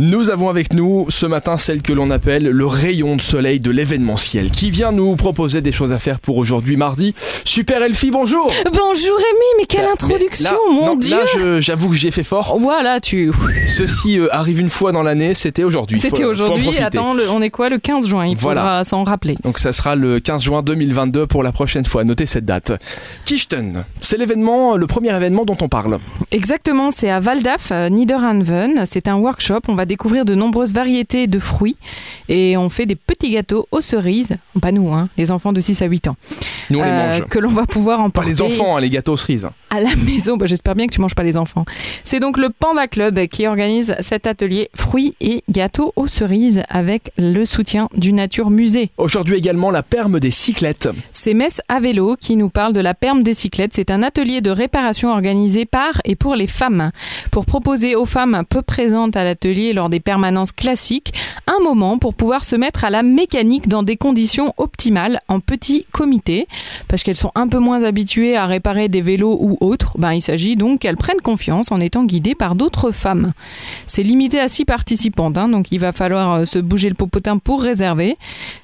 Nous avons avec nous ce matin celle que l'on appelle le rayon de soleil de l'événementiel, qui vient nous proposer des choses à faire pour aujourd'hui mardi. Super Elfie, bonjour Bonjour Rémi, mais quelle Là, introduction, Ah, mais là- mon non, dieu Oh, Là, je- j'avoue que j'ai fait fort. Voilà, tu... Ceci euh, arrive une fois dans l'année, c'était aujourd'hui. Faut- C'était faut en aujourd'hui, profiter. attends, le- on est quoi, le 15 juin, il Voilà. faudra s'en rappeler. Donc ça sera le 15 juin 2022 pour la prochaine fois, notez cette date. Kichten, c'est l'événement, le premier événement dont on parle. Exactement, c'est à Valdaf, euh, Niederanven, c'est un workshop, on va découvrir de nombreuses variétés de fruits et on fait des petits gâteaux aux cerises, pas nous, hein, les enfants de 6 à 8 ans, Nous on les euh, mange. que l'on va pouvoir Pas emporter les enfants, hein, les gâteaux aux cerises. à la maison, Bah, j'espère bien que tu manges pas les enfants. C'est donc le Panda Club qui organise cet atelier fruits et gâteaux aux cerises avec le soutien du Nature Musée. Aujourd'hui également la perme des cyclettes. C'est Mess à vélo qui nous parle de la perme des cyclettes. C'est un atelier de réparation organisé par et pour les femmes. Pour proposer aux femmes peu présentes à l'atelier lors des permanences classiques, un moment pour pouvoir se mettre à la mécanique dans des conditions optimales en petit comité. Parce qu'elles sont un peu moins habituées à réparer des vélos ou autres, ben il s'agit donc qu'elles prennent confiance en étant guidées par d'autres femmes. C'est limité à six participantes, hein, donc il va falloir euh, se bouger le popotin pour réserver.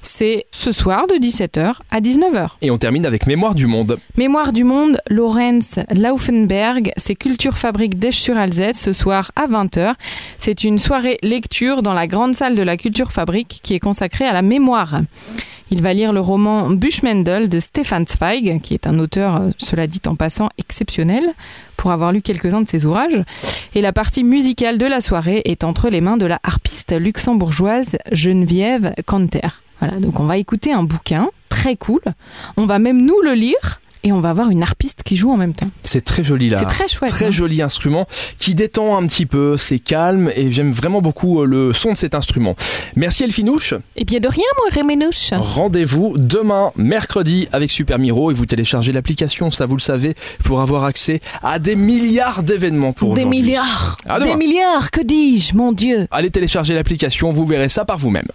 C'est ce soir de 17h à 19h. Et on termine avec Mémoire du monde. Mémoire du monde, Lorenz Laufenberg, c'est Culture Fabrique d'Esch-sur-Alzette ce soir à 20h. C'est une soirée lecture dans la grande salle de la Culture Fabrique qui est consacrée à la mémoire. Il va lire le roman Bushmendel de Stefan Zweig, qui est un auteur, euh, cela dit en passant, exceptionnel, pour avoir lu quelques-uns de ses ouvrages. Et la partie musicale de la soirée est entre les mains de la harpiste luxembourgeoise Geneviève Canter. Voilà, donc on va écouter un bouquin très cool. On va même nous le lire et on va avoir une harpiste qui joue en même temps. C'est très joli là. C'est très chouette. Très hein. joli instrument qui détend un petit peu, c'est calme et j'aime vraiment beaucoup euh, le son de cet instrument. Merci Elfinouche. Et Eh bien de rien, moi, Réménouche. Oh, Rendez-vous demain, mercredi, avec Super Miro et vous téléchargez l'application, ça vous le savez, pour avoir accès à des milliards d'événements pour Des aujourd'hui. milliards. À demain. Des milliards, que dis-je, mon Dieu. Allez télécharger l'application, vous verrez ça par vous-même.